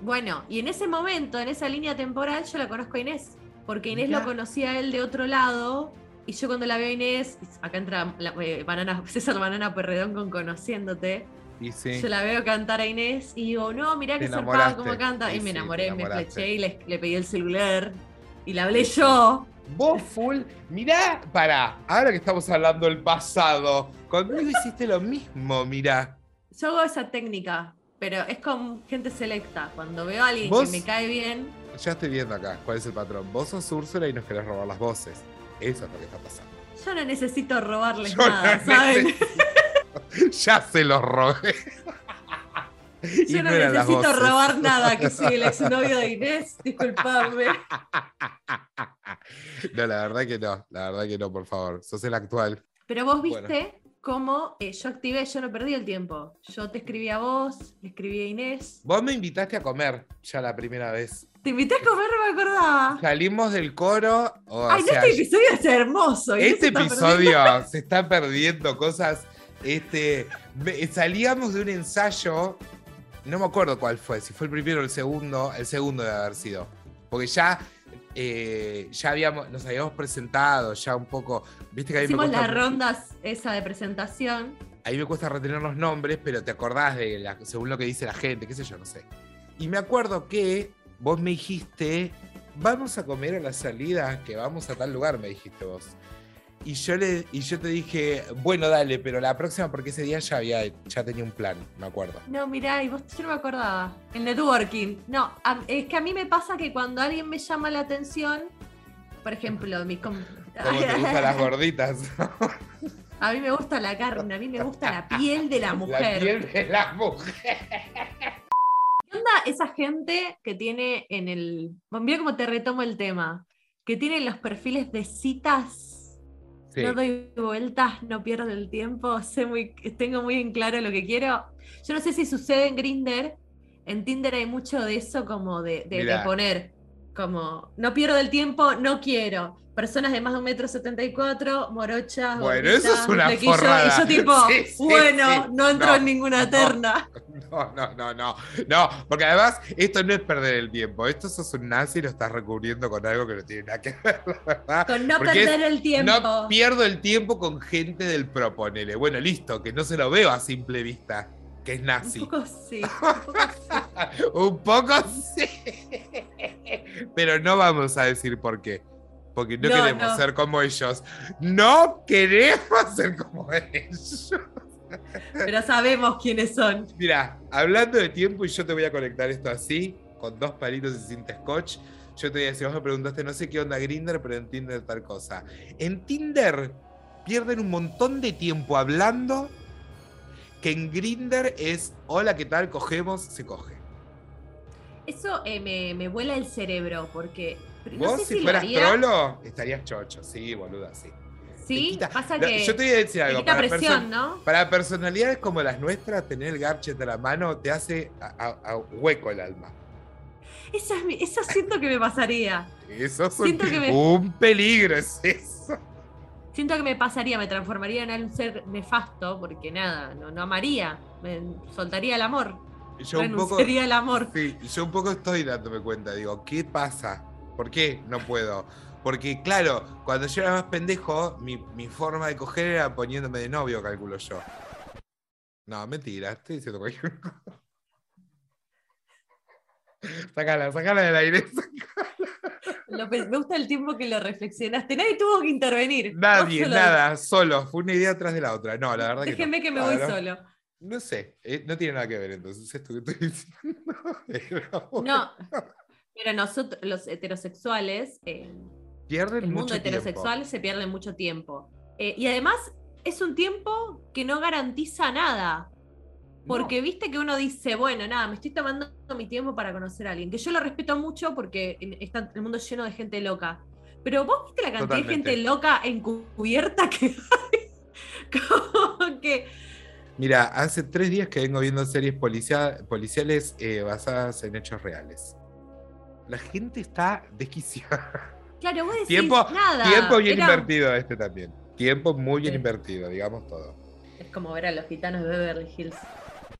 Speaker 2: Bueno, y en ese momento, en esa línea temporal, yo la conozco a Inés, porque Inés
Speaker 1: Mirá.
Speaker 2: lo conocía a él de otro lado, y yo cuando la veo a Inés, acá entra la- eh, Banana- César Banana Perredón con Conociéndote,
Speaker 1: Y sí.
Speaker 2: yo la veo cantar a Inés y digo, no, mirá
Speaker 1: Te
Speaker 2: que zarpada
Speaker 1: enamoraste.
Speaker 2: cómo canta,
Speaker 1: Sí,
Speaker 2: y me
Speaker 1: sí, te
Speaker 2: enamoré, me
Speaker 1: enamoraste.
Speaker 2: fleché y le, le pedí el celular, y la hablé yo.
Speaker 1: Vos full, mirá, pará, ahora que estamos hablando del pasado, conmigo hiciste lo mismo, mirá.
Speaker 2: Yo hago esa técnica, pero es con gente selecta, cuando veo a alguien
Speaker 1: ¿Vos?
Speaker 2: que me cae bien...
Speaker 1: Ya estoy viendo acá cuál es el patrón. Vos sos Úrsula y nos querés robar las voces. Eso es lo que está pasando.
Speaker 2: Yo no necesito robarles
Speaker 1: Yo
Speaker 2: nada,
Speaker 1: no
Speaker 2: ¿saben?
Speaker 1: necesito- ya se los robé. Y
Speaker 2: Yo no,
Speaker 1: eran las
Speaker 2: necesito
Speaker 1: voces.
Speaker 2: robar nada, que soy el exnovio de Inés, disculpadme.
Speaker 1: No, la verdad que no, la verdad que no, por favor. Sos el actual.
Speaker 2: Pero vos
Speaker 1: Bueno.
Speaker 2: viste cómo eh, yo activé, yo no perdí el tiempo. Yo te escribí a vos, le escribí a Inés.
Speaker 1: Vos me invitaste a comer ya la primera vez.
Speaker 2: Te invité a comer, no me acordaba.
Speaker 1: Salimos del coro. o
Speaker 2: Ah. Ay, no,
Speaker 1: sea,
Speaker 2: este episodio es hermoso. Inés
Speaker 1: Este
Speaker 2: está
Speaker 1: episodio se está perdiendo cosas. Este, me- salíamos de un ensayo, no me acuerdo cuál fue, si fue el primero o el segundo, el segundo debe haber sido. Porque ya, eh, ya habíamos, nos habíamos presentado, ya un poco. Viste que a mí, me
Speaker 2: Hicimos
Speaker 1: cuesta,
Speaker 2: las rondas esa de presentación.
Speaker 1: a mí me cuesta retener los nombres, pero te acordás de la- según lo que dice la gente, qué sé yo, no sé. Y me acuerdo que vos me dijiste, vamos a comer a la salida, que vamos a tal lugar, me dijiste vos. Y yo, le, y yo te dije, bueno, dale, pero la próxima, porque ese día ya, había, ya tenía un plan, me acuerdo.
Speaker 2: No, mirá, y vos, yo no me acordaba. El networking. No, a- es que a mí me pasa que cuando alguien me llama la atención, por ejemplo, mis... com-
Speaker 1: ¿Cómo te gustan las gorditas?
Speaker 2: A mí me gusta la carne, a mí me gusta la piel de la mujer.
Speaker 1: La piel de la mujer.
Speaker 2: ¿Qué onda esa gente que tiene en el. Bueno, Mira cómo te retomo el tema. Que tienen los perfiles de citas.
Speaker 1: Sí.
Speaker 2: No doy vueltas, no pierdo el tiempo, sé muy, tengo muy en claro lo que quiero. Yo no sé si sucede en Grinder. En Tinder hay mucho de eso como de, de- de
Speaker 1: Mirá.
Speaker 2: poner. Como, no pierdo el tiempo, no quiero. Personas de más de un metro setenta y cuatro, morochas,
Speaker 1: Bueno, eso
Speaker 2: gorditas,
Speaker 1: es una
Speaker 2: flequillo,
Speaker 1: forrada.
Speaker 2: Y yo tipo,
Speaker 1: Sí, sí,
Speaker 2: bueno,
Speaker 1: sí.
Speaker 2: no entro
Speaker 1: No,
Speaker 2: en ninguna
Speaker 1: no.
Speaker 2: terna.
Speaker 1: No, no, no, no. No, porque además esto no es perder el tiempo. Esto sos un nazi y lo estás recubriendo con algo que no tiene nada que ver, la verdad.
Speaker 2: Con no
Speaker 1: Porque es-
Speaker 2: perder el tiempo.
Speaker 1: No pierdo el tiempo con gente del proponele. Bueno, listo, que no se lo veo a simple vista, que es
Speaker 2: Un
Speaker 1: nazi.
Speaker 2: poco sí. un poco sí.
Speaker 1: Un poco sí. Pero no vamos a decir por qué. Porque no,
Speaker 2: No,
Speaker 1: queremos
Speaker 2: no.
Speaker 1: ser como ellos. No queremos ser como ellos.
Speaker 2: Pero sabemos quiénes son.
Speaker 1: Mira, hablando de tiempo, y yo te voy a conectar esto así, con dos palitos y cinta scotch. Yo te voy a decir, vos me preguntaste, no sé qué onda Grinder, pero en Tinder tal cosa. En Tinder pierden un montón de tiempo hablando, que en Grinder es, hola, ¿qué tal? Cogemos, se coge.
Speaker 2: Eso eh, me, me vuela el cerebro porque. no
Speaker 1: Vos,
Speaker 2: sé
Speaker 1: si,
Speaker 2: lo
Speaker 1: fueras
Speaker 2: haría.
Speaker 1: trolo, estarías chocho, sí, boluda, sí. Te
Speaker 2: Sí,
Speaker 1: quita-
Speaker 2: pasa
Speaker 1: No,
Speaker 2: que.
Speaker 1: Yo te voy a decir
Speaker 2: te
Speaker 1: algo.
Speaker 2: quita
Speaker 1: para
Speaker 2: presión,
Speaker 1: perso-
Speaker 2: ¿no?
Speaker 1: Para personalidades como las nuestras, tener el garchet de la mano te hace a- a- a hueco el alma.
Speaker 2: Eso, es mi- eso siento que me pasaría.
Speaker 1: Eso es un,
Speaker 2: Siento que me-
Speaker 1: un peligro, es eso.
Speaker 2: Siento que me pasaría, me transformaría en un ser nefasto porque nada, no, no amaría. Me soltaría el amor.
Speaker 1: Yo un poco,
Speaker 2: Renunciaría al amor.
Speaker 1: sí, yo un poco estoy dándome cuenta, digo, ¿qué pasa? ¿Por qué no puedo? Porque claro, cuando yo era más pendejo, mi, mi forma de coger era poniéndome de novio, calculo yo. No, mentira, estoy diciendo cualquier cosa. Sácala, sácala del aire.
Speaker 2: Lo pe- me gusta el tiempo que lo reflexionaste. Nadie tuvo que intervenir.
Speaker 1: Nadie,
Speaker 2: Vos solo-
Speaker 1: nada, solo. Fue una idea tras de la otra. No, la verdad que no.
Speaker 2: Déjenme que me voy
Speaker 1: Claro.
Speaker 2: solo.
Speaker 1: No sé, eh, no tiene nada que ver entonces esto que estoy diciendo. pero bueno.
Speaker 2: No, pero nosotros, los heterosexuales, eh,
Speaker 1: Pierden
Speaker 2: el mundo
Speaker 1: mucho
Speaker 2: heterosexual
Speaker 1: tiempo.
Speaker 2: se pierde mucho tiempo. Eh, y además es un tiempo que no garantiza nada. Porque viste que uno dice, bueno, nada, me estoy tomando mi tiempo para conocer a alguien. Que yo lo respeto mucho porque en- está el mundo es lleno de gente loca. Pero vos viste la cantidad de
Speaker 1: Totalmente.
Speaker 2: gente loca encubierta que hay. Como que.
Speaker 1: Mira, hace tres días que vengo viendo series policia- policiales eh, basadas en hechos reales. La gente está desquiciada.
Speaker 2: Claro, vos decís
Speaker 1: Tiempo-
Speaker 2: nada.
Speaker 1: Tiempo bien
Speaker 2: Era-
Speaker 1: invertido este también. Tiempo muy bien
Speaker 2: Sí.
Speaker 1: invertido, digamos todo.
Speaker 2: Es como ver a los gitanos de Beverly Hills.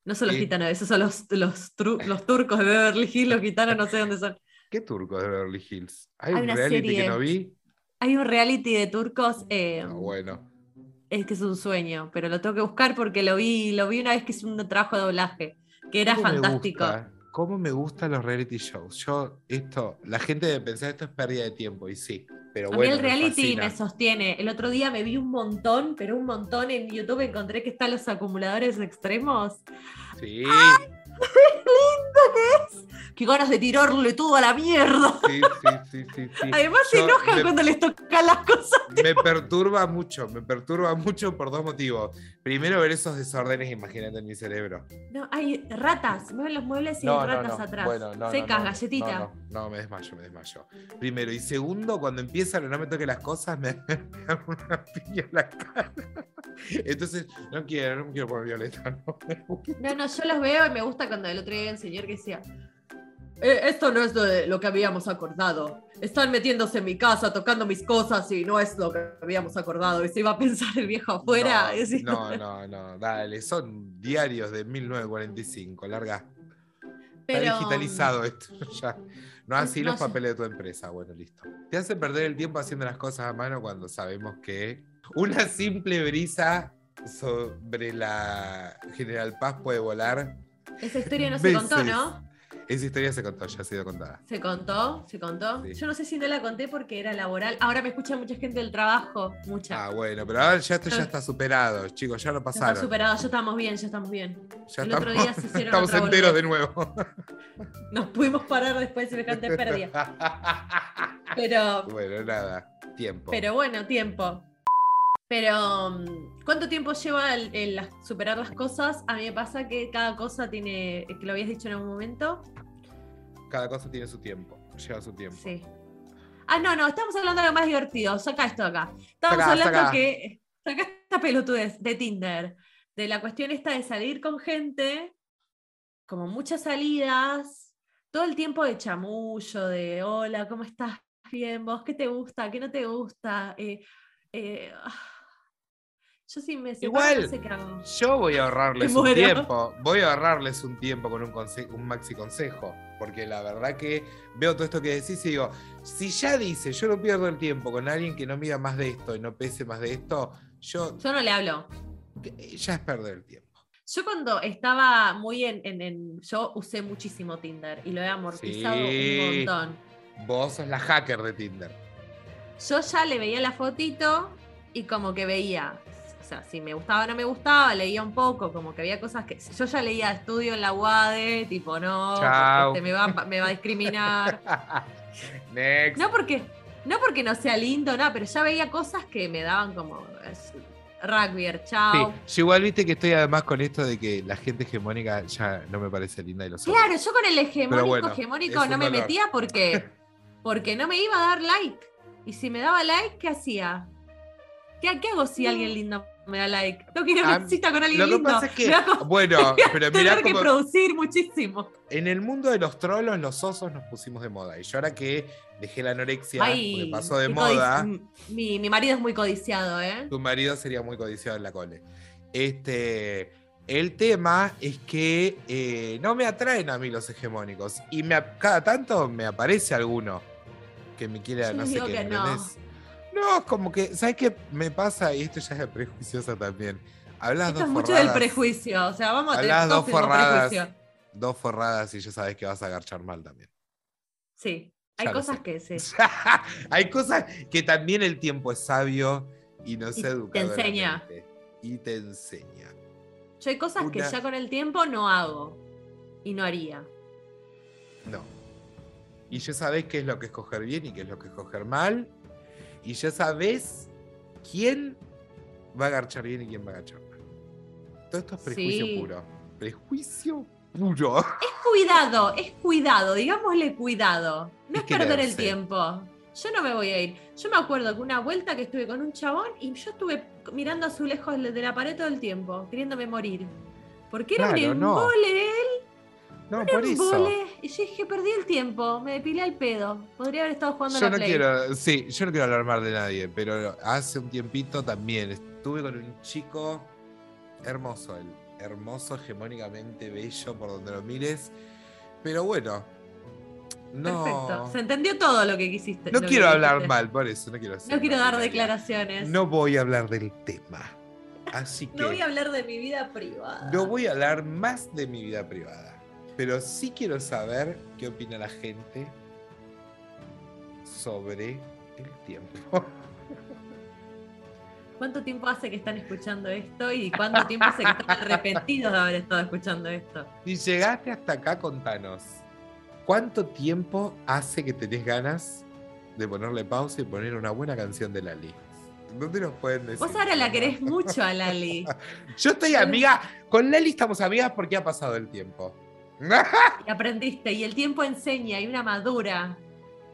Speaker 2: No son los
Speaker 1: Sí.
Speaker 2: gitanos, esos son los, los, tru- los turcos de Beverly Hills, los gitanos no sé dónde son.
Speaker 1: ¿Qué turco de Beverly Hills? Hay,
Speaker 2: Hay
Speaker 1: un
Speaker 2: una
Speaker 1: reality que
Speaker 2: serie.
Speaker 1: no vi.
Speaker 2: Hay un reality de turcos, eh,
Speaker 1: No, bueno.
Speaker 2: es que es un sueño, pero lo tengo que buscar porque lo vi, lo vi una vez que hice un trabajo de doblaje, que era
Speaker 1: ¿Cómo Uh, me
Speaker 2: fantástico.
Speaker 1: gusta? ¿Cómo me gustan los reality shows? Yo, esto, la gente debe pensar esto es pérdida de tiempo, y sí. Pero
Speaker 2: A mí
Speaker 1: bueno,
Speaker 2: el
Speaker 1: me
Speaker 2: reality
Speaker 1: fascina.
Speaker 2: me sostiene. El otro día me vi un montón, pero un montón en YouTube encontré que están los acumuladores extremos.
Speaker 1: Sí,
Speaker 2: ¡Ah! Que ganas de tirarle todo a la mierda.
Speaker 1: sí, sí, sí, sí, sí.
Speaker 2: Además se
Speaker 1: Yo
Speaker 2: enojan
Speaker 1: me-
Speaker 2: cuando les tocan las cosas.
Speaker 1: Me perturba mucho, me perturba mucho por dos motivos. Primero, ver esos desórdenes, imagínate en mi cerebro.
Speaker 2: No, hay ratas, mueven los muebles y hay ratas atrás. Secas, galletitas.
Speaker 1: No, no, no, me desmayo, me desmayo. Primero. Y segundo, cuando empiezan a no me toque las cosas, me dan una piña en la cara. Entonces, no quiero, no me quiero poner violeta. No me gusta.
Speaker 2: No, no, yo los veo y me gusta cuando el otro día el señor que decía, "Eh, esto no es lo, de- lo que habíamos acordado. Están metiéndose en mi casa, tocando mis cosas y no es lo que habíamos acordado. Y se iba a pensar el viejo afuera.
Speaker 1: No,
Speaker 2: y decía,
Speaker 1: No, no, no, dale, son diarios de 1945, larga. Está digitalizado esto ya. No así
Speaker 2: mm, No
Speaker 1: los
Speaker 2: sé.
Speaker 1: papeles de tu empresa. Bueno, listo. Te hace perder el tiempo haciendo las cosas a mano cuando sabemos que una simple brisa sobre la General Paz puede volar.
Speaker 2: mm, Esa historia no se
Speaker 1: Veces.
Speaker 2: contó, ¿no?
Speaker 1: Esa historia se contó, ya ha sido contada.
Speaker 2: Se contó, se contó.
Speaker 1: Sí.
Speaker 2: Yo no sé si no la conté porque era laboral. Ahora me escucha mucha gente del trabajo, mucha.
Speaker 1: Ah, bueno, pero ahora ya esto ya
Speaker 2: Ah.
Speaker 1: está superado, chicos, ya lo
Speaker 2: Ya está
Speaker 1: pasaron.
Speaker 2: superado, ya estamos bien, ya estamos bien.
Speaker 1: Ya
Speaker 2: El otro
Speaker 1: estamos,
Speaker 2: día se hicieron
Speaker 1: estamos
Speaker 2: otra
Speaker 1: enteros
Speaker 2: boludez.
Speaker 1: de nuevo.
Speaker 2: Nos pudimos parar después de semejante pérdida. Pero,
Speaker 1: bueno, nada, tiempo.
Speaker 2: Pero bueno, tiempo. Pero, mm, ¿cuánto tiempo lleva el, el las- superar las cosas? A mí me pasa que cada cosa tiene, que lo habías dicho en algún momento.
Speaker 1: Cada cosa tiene su tiempo, lleva su tiempo.
Speaker 2: Sí. Ah, no, no, estamos hablando de algo más divertido. Saca esto de acá. Estamos
Speaker 1: Sacá,
Speaker 2: hablando
Speaker 1: sacá.
Speaker 2: que. Saca esta pelotudez de Tinder. De la cuestión esta de salir con gente, como muchas salidas, todo el tiempo de chamullo, de hola, ¿cómo estás? Bien, vos, ¿qué te gusta? ¿Qué no te gusta? Eh, eh, ah. yo sí me separo,
Speaker 1: Igual.
Speaker 2: no sé qué hago.
Speaker 1: Yo voy a ahorrarles
Speaker 2: Me
Speaker 1: un
Speaker 2: muero.
Speaker 1: tiempo. Voy a ahorrarles un tiempo con un, conse- un maxi consejo. Porque la verdad que veo todo esto que decís y digo, si ya dice, yo no pierdo el tiempo con alguien que no mida más de esto y no pese más de esto, yo
Speaker 2: Yo no le hablo.
Speaker 1: eh, ya es perder el tiempo.
Speaker 2: Yo cuando estaba muy en, en- en- Yo usé muchísimo Tinder y lo he amortizado
Speaker 1: Sí.
Speaker 2: un montón.
Speaker 1: Vos sos la hacker de Tinder.
Speaker 2: yo ya le veía la fotito y como que veía, o sea, si me gustaba o no me gustaba, leía un poco, como que había cosas que yo ya leía estudio en la UADE, tipo, no, porque
Speaker 1: Chau.
Speaker 2: este me, va, me va a discriminar.
Speaker 1: Next.
Speaker 2: No porque, no porque no sea lindo, nada, pero ya veía cosas que me daban como es, rugby, chao.
Speaker 1: Sí, yo igual viste que estoy además con esto de que la gente hegemónica ya no me parece linda y lo soy.
Speaker 2: Claro, yo con el hegemónico,
Speaker 1: bueno,
Speaker 2: hegemónico
Speaker 1: es
Speaker 2: no
Speaker 1: un
Speaker 2: me
Speaker 1: valor.
Speaker 2: metía porque, porque no me iba a dar like. Y si me daba like, ¿qué hacía? ¿Qué, qué hago si alguien lindo me da like? Tengo que ir a
Speaker 1: Ah,
Speaker 2: una cita con alguien
Speaker 1: Lo que
Speaker 2: lindo.
Speaker 1: pasa es que,
Speaker 2: Me va a co-
Speaker 1: bueno, pero mirá
Speaker 2: tener que
Speaker 1: como
Speaker 2: producir muchísimo.
Speaker 1: En el mundo de los trolos, los osos nos pusimos de moda. Y yo ahora que dejé la anorexia,
Speaker 2: Ay,
Speaker 1: porque pasó de
Speaker 2: qué
Speaker 1: moda,
Speaker 2: codici- Mi, mi marido es muy codiciado, ¿eh?
Speaker 1: tu marido sería muy codiciado en la cole. Este, el tema es que eh, no me atraen a mí los hegemónicos. Y me, ap- cada tanto me aparece alguno que me quiera,
Speaker 2: Yo
Speaker 1: no sé
Speaker 2: digo
Speaker 1: qué,
Speaker 2: que no.
Speaker 1: ¿entendés? No, es como que, ¿sabes qué me pasa? Y esto ya es prejuiciosa también. Hablas
Speaker 2: Esto
Speaker 1: dos
Speaker 2: es mucho del
Speaker 1: forradas,
Speaker 2: prejuicio. O sea, vamos a tener
Speaker 1: Hablás
Speaker 2: todos
Speaker 1: dos
Speaker 2: tenemos
Speaker 1: forradas.
Speaker 2: prejuicio.
Speaker 1: Dos forradas y ya sabes que vas a agarchar mal también.
Speaker 2: Sí, hay
Speaker 1: Ya lo
Speaker 2: cosas
Speaker 1: sé.
Speaker 2: que se
Speaker 1: Hay cosas que también el tiempo es sabio y nos
Speaker 2: Y te
Speaker 1: educa.
Speaker 2: enseña.
Speaker 1: duramente. Y te enseña.
Speaker 2: Yo hay cosas que
Speaker 1: Una-
Speaker 2: ya con el tiempo no hago y no haría.
Speaker 1: No. Y ya sabés qué es lo que escoger bien y qué es lo que escoger mal. y ya sabes quién va a agarchar bien y quién va a agarchar mal. Todo esto es prejuicio
Speaker 2: Sí.
Speaker 1: puro. Prejuicio puro.
Speaker 2: Cuidado, es cuidado, digámosle cuidado. No
Speaker 1: Es
Speaker 2: es perder el
Speaker 1: quererse.
Speaker 2: tiempo. Yo no me voy a ir. Yo me acuerdo que una vuelta que estuve con un chabón y yo estuve mirando azulejos de la pared todo el tiempo, queriéndome morir. Porque era
Speaker 1: Claro,
Speaker 2: un
Speaker 1: no.
Speaker 2: embole,
Speaker 1: No, por eso.
Speaker 2: embole. Y yo dije, perdí el tiempo, me depilé al pedo. Podría haber estado jugando a
Speaker 1: Yo
Speaker 2: la
Speaker 1: no
Speaker 2: Play.
Speaker 1: quiero, sí, yo no quiero alarmar de nadie, pero hace un tiempito también estuve con un chico hermoso, él, hermoso, hegemónicamente bello por donde lo mires, pero bueno, no,
Speaker 2: Perfecto. Se entendió todo lo que quisiste.
Speaker 1: no
Speaker 2: lo que
Speaker 1: quiero hablar
Speaker 2: dijiste.
Speaker 1: mal, por eso no quiero. hacer
Speaker 2: No quiero dar
Speaker 1: mal,
Speaker 2: declaraciones. No,
Speaker 1: No voy a hablar del tema, así que
Speaker 2: voy a hablar de mi vida privada.
Speaker 1: no voy a hablar más de mi vida privada, pero sí quiero saber qué opina la gente sobre el tiempo.
Speaker 2: ¿Cuánto tiempo hace que están escuchando esto y cuánto tiempo hace que están arrepentidos de haber estado escuchando esto?
Speaker 1: Si llegaste hasta acá, contanos. ¿Cuánto tiempo hace que tenés ganas de ponerle pausa y poner una buena canción de Lali? ¿Dónde nos pueden decir?
Speaker 2: Vos ahora la querés mucho a Lali.
Speaker 1: Yo estoy amiga, con Lali estamos amigas porque ha pasado el tiempo.
Speaker 2: Y aprendiste. Y el tiempo enseña y una madura.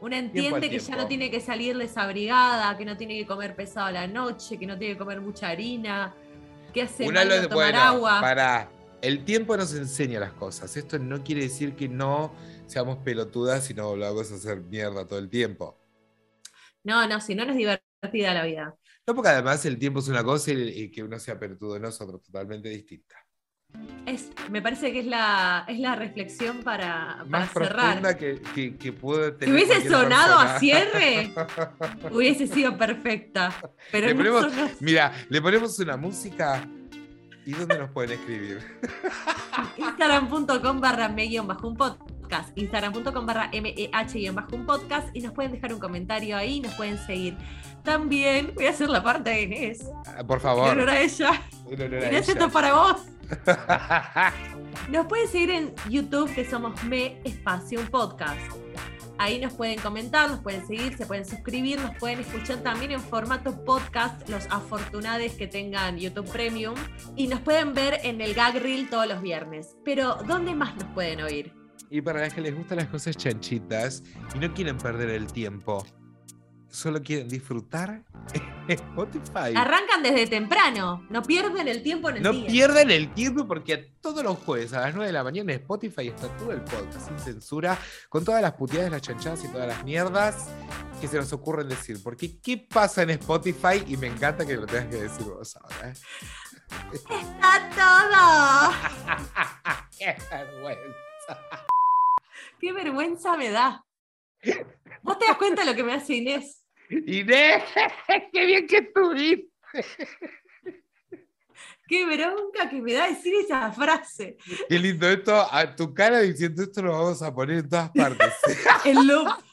Speaker 2: Una entiende
Speaker 1: al
Speaker 2: que ya
Speaker 1: tiempo.
Speaker 2: no tiene que salir desabrigada, que no tiene que comer pesado a la noche, que no tiene que comer mucha harina, que hace
Speaker 1: Una
Speaker 2: mal
Speaker 1: lo
Speaker 2: no tomar
Speaker 1: bueno,
Speaker 2: agua.
Speaker 1: Para. El tiempo nos enseña las cosas. Esto no quiere decir que no seamos pelotudas y no volvamos a hacer mierda todo el tiempo.
Speaker 2: No, no, si no, no es divertida la vida.
Speaker 1: No, porque además el tiempo es una cosa y, y que uno sea pelotudo no es otra, totalmente distinta.
Speaker 2: Es, me parece que es la, es la reflexión para, para
Speaker 1: más
Speaker 2: cerrar.
Speaker 1: profunda que, que, que puede tener.
Speaker 2: Si hubiese
Speaker 1: cualquier
Speaker 2: sonado
Speaker 1: persona.
Speaker 2: a cierre, hubiese sido perfecta. Pero
Speaker 1: Le
Speaker 2: no
Speaker 1: ponemos-
Speaker 2: sonó.
Speaker 1: Mira, le ponemos una música. ¿Y dónde nos pueden escribir?
Speaker 2: Instagram.com barra me guión bajo un podcast. Instagram.com barra meh guión bajo un podcast. Y nos pueden dejar un comentario ahí y nos pueden seguir. También voy a hacer la parte de Inés.
Speaker 1: Ah, Por
Speaker 2: En
Speaker 1: favor.
Speaker 2: honor a ella.
Speaker 1: En honor a
Speaker 2: Inés,
Speaker 1: ella.
Speaker 2: esto es para vos. Nos pueden seguir en YouTube, que somos Me Espacio, un podcast. Ahí nos pueden comentar, nos pueden seguir, se pueden suscribir, nos pueden escuchar también en formato podcast los afortunades que tengan YouTube Premium y nos pueden ver en el Gag Reel todos los viernes. Pero ¿dónde más nos pueden oír?
Speaker 1: y para las que les gustan las cosas chanchitas y no quieren perder el tiempo, solo quieren disfrutar Spotify.
Speaker 2: Arrancan desde temprano, no pierden el tiempo en el
Speaker 1: No
Speaker 2: día.
Speaker 1: pierdan el tiempo porque todos los jueves a las 9 de la mañana en Spotify está todo el podcast sin censura, con todas las puteadas, las chanchadas y todas las mierdas que se nos ocurren decir. Porque ¿qué pasa en Spotify? Y me encanta que lo tengas que decir vos ahora.
Speaker 2: ¡Está todo!
Speaker 1: ¿eh? ¡Qué vergüenza!
Speaker 2: ¡Qué vergüenza me da! ¿Vos te das cuenta de lo que me hace Inés?
Speaker 1: ¡Inés! ¡Qué bien que estuviste!
Speaker 2: ¡Qué bronca que me da decir esa frase!
Speaker 1: Qué lindo esto, a tu cara diciendo esto lo vamos a poner en todas partes.
Speaker 2: El loop.